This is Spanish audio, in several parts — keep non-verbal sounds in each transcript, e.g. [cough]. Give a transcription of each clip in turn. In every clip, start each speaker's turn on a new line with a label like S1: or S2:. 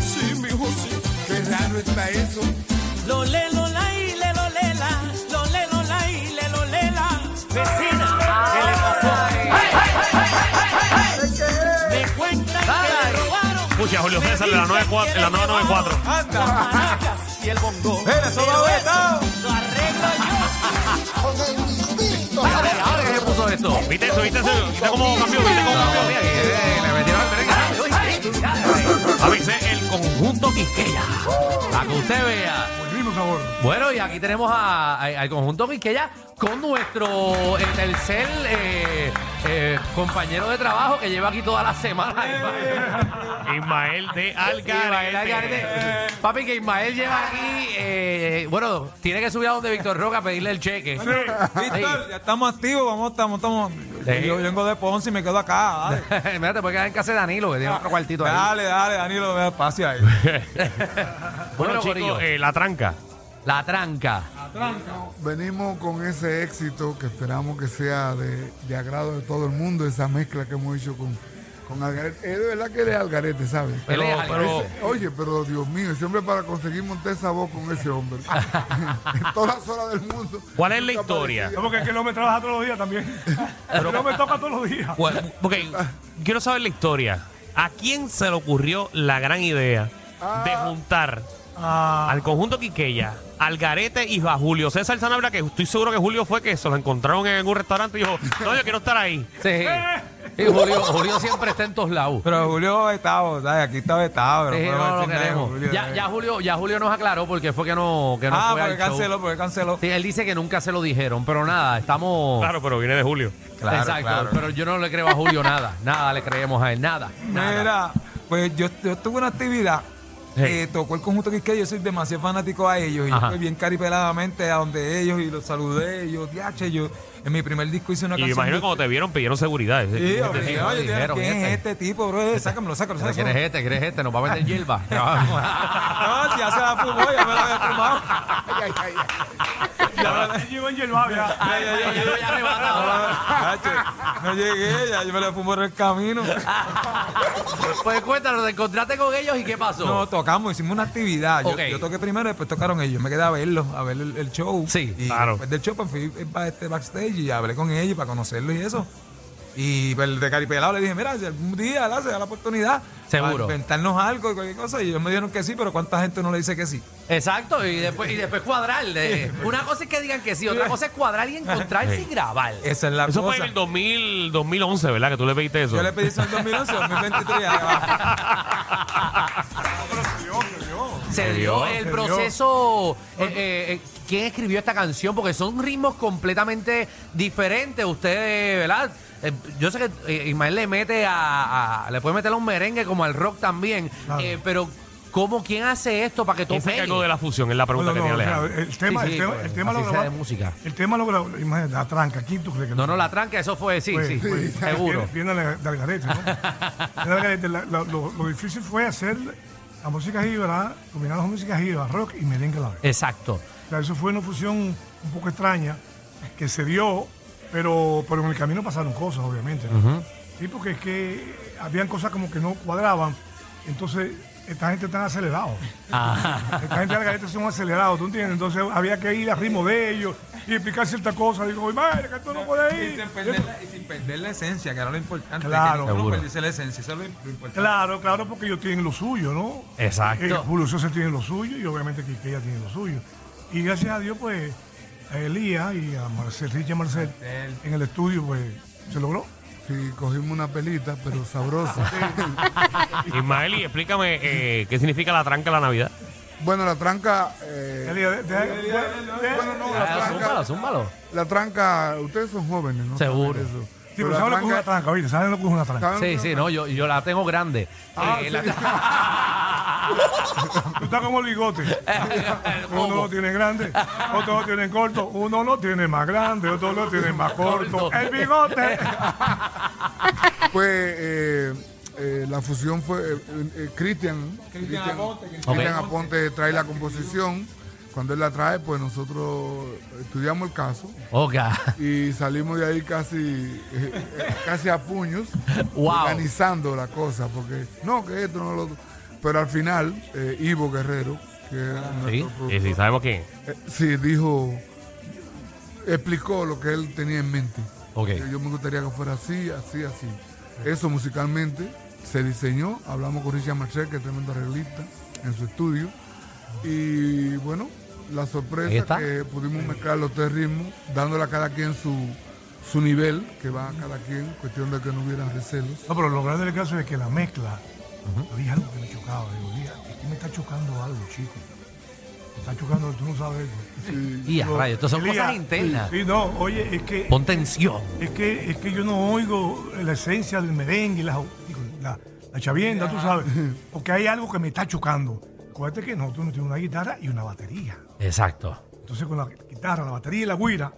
S1: sí, mi hijo, sí. Qué raro está eso.
S2: Lole, lola y le lolela, lole, lola y le lolela. Vecina, ¿qué le pasó? Me cuentan que le robaron.
S3: Escucha, Julio
S2: Me
S3: César, en la
S2: dicen
S3: 94,
S2: que
S3: en la
S2: le
S3: 994.
S2: robaron Las maracas y el bongo.
S1: Mira, eso va vetado.
S2: Lo arreglo yo.
S4: Ahora que se puso esto.
S3: ¿Viste eso? ¿Viste eso? ¿Viste cómo cambió? ¿Viste cómo cambió? Mira,
S4: Eh, le metieron el tren.
S3: que- Avisé el conjunto Quisqueya.
S4: Para que usted vea. Bueno, y aquí tenemos a- a- al conjunto Quisqueya con nuestro el tercer eh, eh, compañero de trabajo que lleva aquí toda la semana.
S3: Ismael
S4: [laughs]
S3: de
S4: Ismael
S3: Algarete.
S4: Algarete. este. Papi, que Ismael lleva aquí. eh, bueno, tiene que subir a donde Víctor Roca a pedirle el cheque.
S5: Víctor, ya estamos activos, vamos, estamos, estamos.
S4: Sí.
S5: Yo yo vengo de Ponce y me quedo acá,
S4: [laughs]
S5: dale.
S4: Mira, te puedes quedar en casa de Danilo, que tiene otro cuartito ahí.
S5: Dale, dale, Danilo, vea espacio ahí.
S3: Bueno,
S4: Corillo,
S3: chicos, eh, la tranca.
S4: la tranca.
S6: Venimos con ese éxito que esperamos que sea de, de agrado de todo el mundo, esa mezcla que hemos hecho con, con Algarete. Es de verdad que él es Algarete, ¿sabes?
S4: Él es
S6: Pero-
S4: Algarete.
S6: oye, pero Dios mío, ese hombre para conseguir montar esa voz con ese hombre. [laughs] en todas las horas del mundo.
S3: ¿Cuál es la
S6: Nunca
S3: historia?
S6: parecía.
S7: No, porque es que el hombre trabaja todos los días
S5: [laughs]
S7: también. El hombre toca todos los días.
S3: Bueno, ok, quiero saber la historia. ¿A quién se le ocurrió la gran idea de juntar al conjunto Quiqueya, al Garete y a Julio César Sanabria, que estoy seguro que Julio fue que se lo encontraron en un restaurante y dijo, no, yo quiero estar ahí.
S4: Sí. Y Julio, Julio siempre está en todos lados.
S5: Pero Julio vetado, ¿sabes? Aquí está vetado, pero
S4: Sí,
S5: no
S4: no,
S5: puedo
S4: no
S5: decir nada de
S4: queremos.
S5: Julio,
S4: ya,
S5: ¿sabes?
S4: ya Julio, ya Julio nos aclaró porque fue que no, que no
S5: Ah,
S4: fue al
S5: porque
S4: show.
S5: canceló, porque canceló.
S4: Sí, él dice que nunca se lo dijeron, pero nada, estamos.
S3: Claro, pero viene de Julio.
S5: Claro,
S4: Exacto,
S5: claro.
S4: pero yo no le creo a Julio nada, nada le creemos a él, nada. nada.
S5: Mira, pues yo, yo tuve una actividad
S4: Sí.
S5: que tocó el conjunto que yo soy demasiado fanático a ellos. Y
S4: Ajá.
S5: yo fui bien caripeladamente a donde ellos y los saludé. Y yo, diache, yo en mi primer disco hice una
S3: Y me
S5: canción.
S3: imagino que
S5: de-
S3: cuando te vieron pidieron seguridad. Es
S5: Sí,
S3: decir,
S5: hombre,
S4: tipo,
S5: yo, yo,
S4: dijeron,
S5: ¿Quién
S4: este.
S5: es este tipo,
S4: [laughs]
S5: bro? Sácamelo, sácamelo,
S4: Pero ¿Quién
S5: sácamelo.
S4: es este? ¿Quién es este? Nos va a vender
S5: [laughs]
S4: hierba.
S5: No, si ya se la fumó, ya me la había fumado.
S7: Él llegó en Yelvab, ya.
S5: Ya, ya, ya,
S4: Yo lo había arrebatado.
S5: Cacho, no llegué, ya yo me la fumo en el camino.
S4: [laughs] Pues cuéntanos, te encontraste con ellos y qué pasó.
S5: No, tocamos, hicimos una actividad. Yo,
S4: Ok.
S5: yo toqué primero, después tocaron ellos. Me quedé a verlos, a ver el, el show.
S4: Sí,
S5: Y
S3: claro.
S5: Después del show, pues fui para este backstage y hablé con ellos para conocerlos y eso. Y pues, el de Caripelado le dije, mira, si algún día ¿verdad? se da la oportunidad
S4: Seguro.
S5: para inventarnos algo y cualquier cosa. Y ellos me dijeron que sí, pero ¿cuánta gente no le dice que sí?
S4: Exacto, y después, y después cuadrar. de- Una cosa es que digan que sí, otra cosa es cuadrar y encontrarse y grabar.
S5: Esa es la
S3: Eso fue en
S5: cosa.
S3: el 2000, 2011, ¿verdad? Que tú le pediste eso.
S5: Yo le pedí eso en 2011, 2023. ya va.
S7: [laughs]
S4: Se dio el
S5: se
S4: proceso. eh, eh, eh, ¿Quién escribió esta canción? Porque son ritmos completamente diferentes. Ustedes, ¿verdad? Eh, yo sé que eh, Ismael le mete a, a- Le puede meter a un merengue como al rock también. eh, pero, ¿cómo? ¿Quién hace esto para que todo
S3: ¿Quién se
S4: pegue?
S3: encargó de la fusión? Es la pregunta
S7: No, no,
S3: que
S7: no,
S3: tiene
S7: o sea,
S3: Alejandro.
S7: el tema,
S4: Sí, sí,
S7: el tema,
S4: pues,
S7: el tema lo
S4: así sea de
S7: grabó-
S4: música.
S7: El tema lo grabó, imagínate, la tranca. ¿Quién tú crees que pues,
S4: No, no, la tranca, eso fue, sí, sí, seguro.
S7: [laughs] Viene la la Algarete, ¿no? Viene la Algarete, la- la- lo, lo difícil fue hacer la música jíbara, combinar las músicas jíbara, rock y merengue a la vez.
S4: Exacto.
S7: O sea, eso fue una fusión un poco extraña que se dio, pero, pero en el camino pasaron cosas, obviamente. ¿no? Sí, porque es que habían cosas como que no cuadraban. Entonces, esta gente tan acelerado. Esta gente de Algarete son acelerados, ¿tú entiendes? Entonces, había que ir al ritmo de ellos y explicar ciertas cosas. Digo, "Ay, madre, que esto no puede
S5: Y
S7: ir.
S5: sin perder la- y sin perder la esencia, que era lo importante. que
S7: Claro.
S5: ninguno
S4: Seguro.
S5: perdiese la esencia, eso es lo lo importante.
S7: Claro, claro, porque ellos tienen lo suyo, ¿no?
S3: Exacto.
S7: Eh, Julio César tiene lo suyo y obviamente Quiqueya tiene lo suyo. Y gracias a Dios, pues, a Elías y a Marcel, Richard Marcel, en el estudio, pues, se logró.
S6: Sí, cogimos una pelita, pero sabrosa.
S3: Ismael, y explícame eh, qué significa la tranca en la Navidad.
S6: bueno, la tranca. eh,
S7: Elías, de- de- de-
S6: bueno, no, la
S4: Ah,
S6: tranca.
S4: zúmbalo, zúmbalo.
S6: La tranca, ustedes son jóvenes, ¿no? saben
S4: Seguro.
S6: eso.
S7: Sí,
S6: Pero
S7: pero
S6: la
S7: ¿saben lo que es una
S6: tranca-
S7: tranca? ¿viste? ¿Saben lo que es una tranca?
S6: ¿saben
S4: Sí,
S6: lo que-
S4: sí, no, yo, yo la tengo grande.
S6: Ah,
S4: Eh, la-
S6: sí.
S7: Tú estás como el bigote.
S4: El
S7: Uno
S4: bobo.
S7: lo tiene grande, otro lo tiene corto, uno lo tiene más grande, otro lo tiene más corto.
S4: Corto.
S7: ¡El bigote!
S6: Pues eh, eh, la fusión fue eh, eh, Cristian. Cristian
S5: Aponte, Cristian
S6: Cristian Aponte trae la composición. Cuando él la trae, pues nosotros estudiamos el caso
S4: [laughs] Ok.
S6: y salimos de ahí casi eh, eh, casi a puños
S4: Wow.
S6: organizando la cosa porque no que esto no lo otro. Pero al final, eh, Ivo Guerrero, que era nuestro
S3: Sí, sí,
S6: productor,
S3: sí, sabemos quién. es.
S6: eh, sí, dijo, explicó lo que él tenía en mente.
S4: Ok.
S6: Que Yo me gustaría que fuera así, así, así. Eso musicalmente se diseñó. Hablamos con Richard Marchel, que es tremendo arreglista, en su estudio. Y bueno, la
S4: Ahí está.
S6: sorpresa que pudimos mezclar los tres ritmos, dándole a cada quien su, su nivel, que va a cada quien, cuestión de que no hubiera recelos.
S7: No, pero lo grande del caso es que la mezcla, había algo que me chocaba, digo, "Mira, aquí me está chocando algo, chico. Me está chocando, tú no sabes.
S4: Y a rayos, estas son
S7: Elías,
S4: cosas internas.
S7: Sí, no, oye, es que
S4: Pon tensión.
S7: Es que, es que yo no oigo la esencia del merengue, la, digo, la, la chavienda, tú sabes. Porque hay algo que me está chocando. Acuérdate que nosotros tenemos una guitarra y una batería.
S4: Exacto.
S7: Entonces, con la guitarra, la batería y la guira,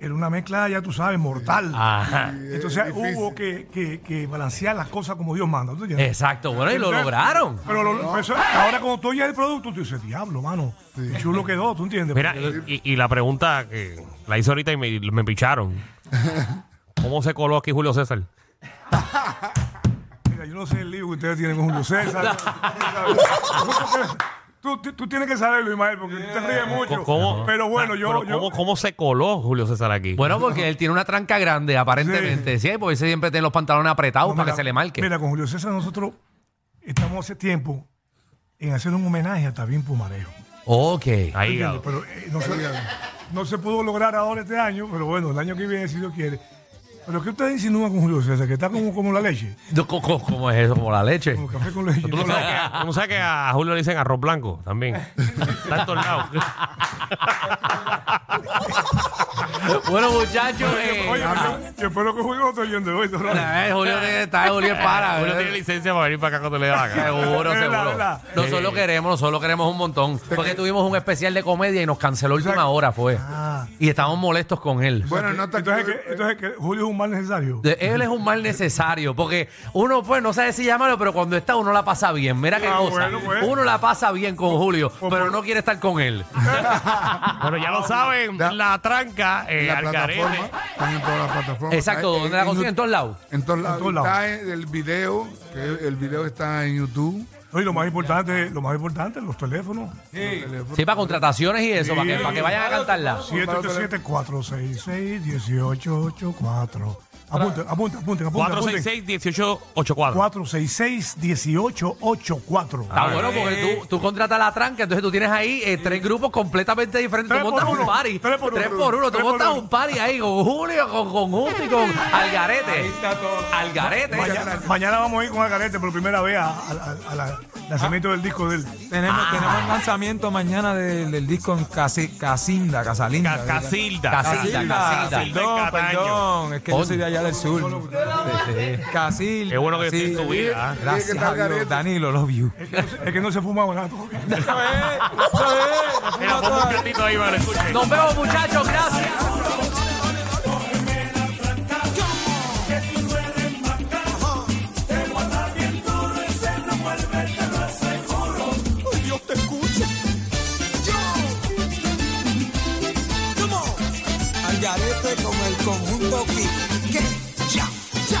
S7: era una mezcla, ya tú sabes, mortal.
S4: Ajá.
S6: Y es
S7: Entonces,
S6: difícil.
S7: hubo que, que- que balancear las cosas como Dios manda.
S3: Eh.
S7: ¿tú entiendes?
S4: Exacto. Bueno, y lo
S7: Entonces,
S4: lograron.
S7: Pero lo- eso- ahora, cuando tú oyes el producto, tú dices, diablo, mano, qué chulo quedó, ¿tú entiendes?
S3: Mira, y, y la pregunta que la hice ahorita y me, me picharon. ¿Cómo se coló aquí Julio César?
S7: Mira, yo no sé el lío que ustedes tienen con
S3: [laughs]
S7: Julio César. tú, tú- tú tienes que saberlo, Ismael, porque tú te ríes mucho.
S3: ¿Cómo-
S7: Pero bueno,
S3: Ah,
S7: yo...
S3: pero
S7: yo-
S3: ¿cómo, cómo se coló Julio César aquí?
S4: Bueno, porque él tiene una tranca grande, aparentemente. Sí, porque ese siempre tiene los pantalones apretados
S7: no,
S4: para
S7: mira,
S4: que se le marque.
S7: Mira, con Julio César nosotros estamos hace tiempo en hacer un homenaje a Tabín Pumarejo.
S4: Ok.
S3: Ahí, Gabo.
S7: Pero eh, no, se, no se pudo lograr ahora este año, pero bueno, el año que viene, si Dios quiere. Pero ¿qué usted insinúa con Julio César? Que está como, como la leche,
S4: No, co- co- ¿Cómo, es eso? Como la leche.
S7: como café
S4: [laughs]
S7: con leche.
S3: Tú no sabes que, tú no sabes que a Julio le dicen arroz blanco también. Está en todos lados.
S4: bueno, muchachos. eh,
S7: Oye,
S4: ah,
S7: yo- yo espero que Julio no esté oyendo esto. ¿no?
S4: eh, Julio está, Julio es para.
S3: Julio
S4: ¿verdad?
S3: tiene licencia para venir para acá cuando le da la
S4: [laughs]
S3: gana.
S4: Seguro,
S7: Es verdad,
S4: seguro.
S7: verdad.
S4: Nosotros lo queremos, nosotros lo queremos un montón. Porque tuvimos un especial de comedia y nos canceló a última hora, fue.
S7: Ah.
S4: Y estábamos molestos con él.
S6: Bueno, no está eh.
S7: Entonces, que, entonces que Julio es un mal necesario.
S4: De- Él es un mal necesario, porque uno, pues, no sabe si llamarlo, pero cuando está uno la pasa bien. Mira qué
S7: Ah,
S4: cosa.
S7: bueno, pues.
S4: Uno la pasa bien con Julio, pero no quiere estar con él.
S3: Bueno, ya lo saben,
S6: Ya.
S3: la tranca, eh,
S6: la
S3: al
S6: plataforma.
S3: garete.
S6: Están en todas las plataformas.
S4: Exacto,
S6: Está en-
S4: ¿dónde la
S6: en
S4: consiguen? En
S6: YouTube.
S4: todos lados.
S6: En todos lados.
S7: todos lados.
S6: Está en el video, que el video está en YouTube.
S7: No, y lo más importante, lo más importante, los teléfonos.
S4: Sí, para contrataciones y eso, para que, para que vayan a cantarla.
S7: 787-466-1884. Apunten, apunten, apunten, apunten.
S3: 466-1884.
S7: 466-1884.
S4: Está bueno, porque tú, tú contratas la tranca, entonces tú tienes ahí eh, tres grupos completamente diferentes.
S7: Tres
S4: Tú
S7: por
S4: montas un
S7: uno,
S4: party.
S7: tres por
S4: Tres
S7: uno,
S4: por uno. Tú
S7: tres por
S4: montas
S7: uno.
S4: un party ahí con Julio, con, con Justo y con Algarete. Algarete.
S7: Mañana, mañana vamos a ir con Algarete por primera vez a- a- a- a la- al lanzamiento del disco del
S5: Tenemos,
S7: Ah.
S5: tenemos el lanzamiento mañana del, del disco en Casi- Casinda, Casalinda.
S3: Ca- Casilda.
S4: Casilda,
S5: Ah,
S4: Casilda.
S5: Perdón,
S3: en Cataño.
S5: perdón, es que yo soy de allá del sur. Casilda.
S3: Qué bueno que estoy en tu
S5: Casilda.
S3: vida. ¿ah?
S5: Gracias a Dios, Danilo, love you.
S7: Es que no se- es que no se fuma nada.
S5: [laughs] Eso es, eso es.
S3: Mira, ponme un cantito ahí para que lo escuchen.
S4: Nos vemos, muchachos. Gracias.
S1: Dios te escuche. Yo. Come on. Al garete con el conjunto Kid. Que ya, ya.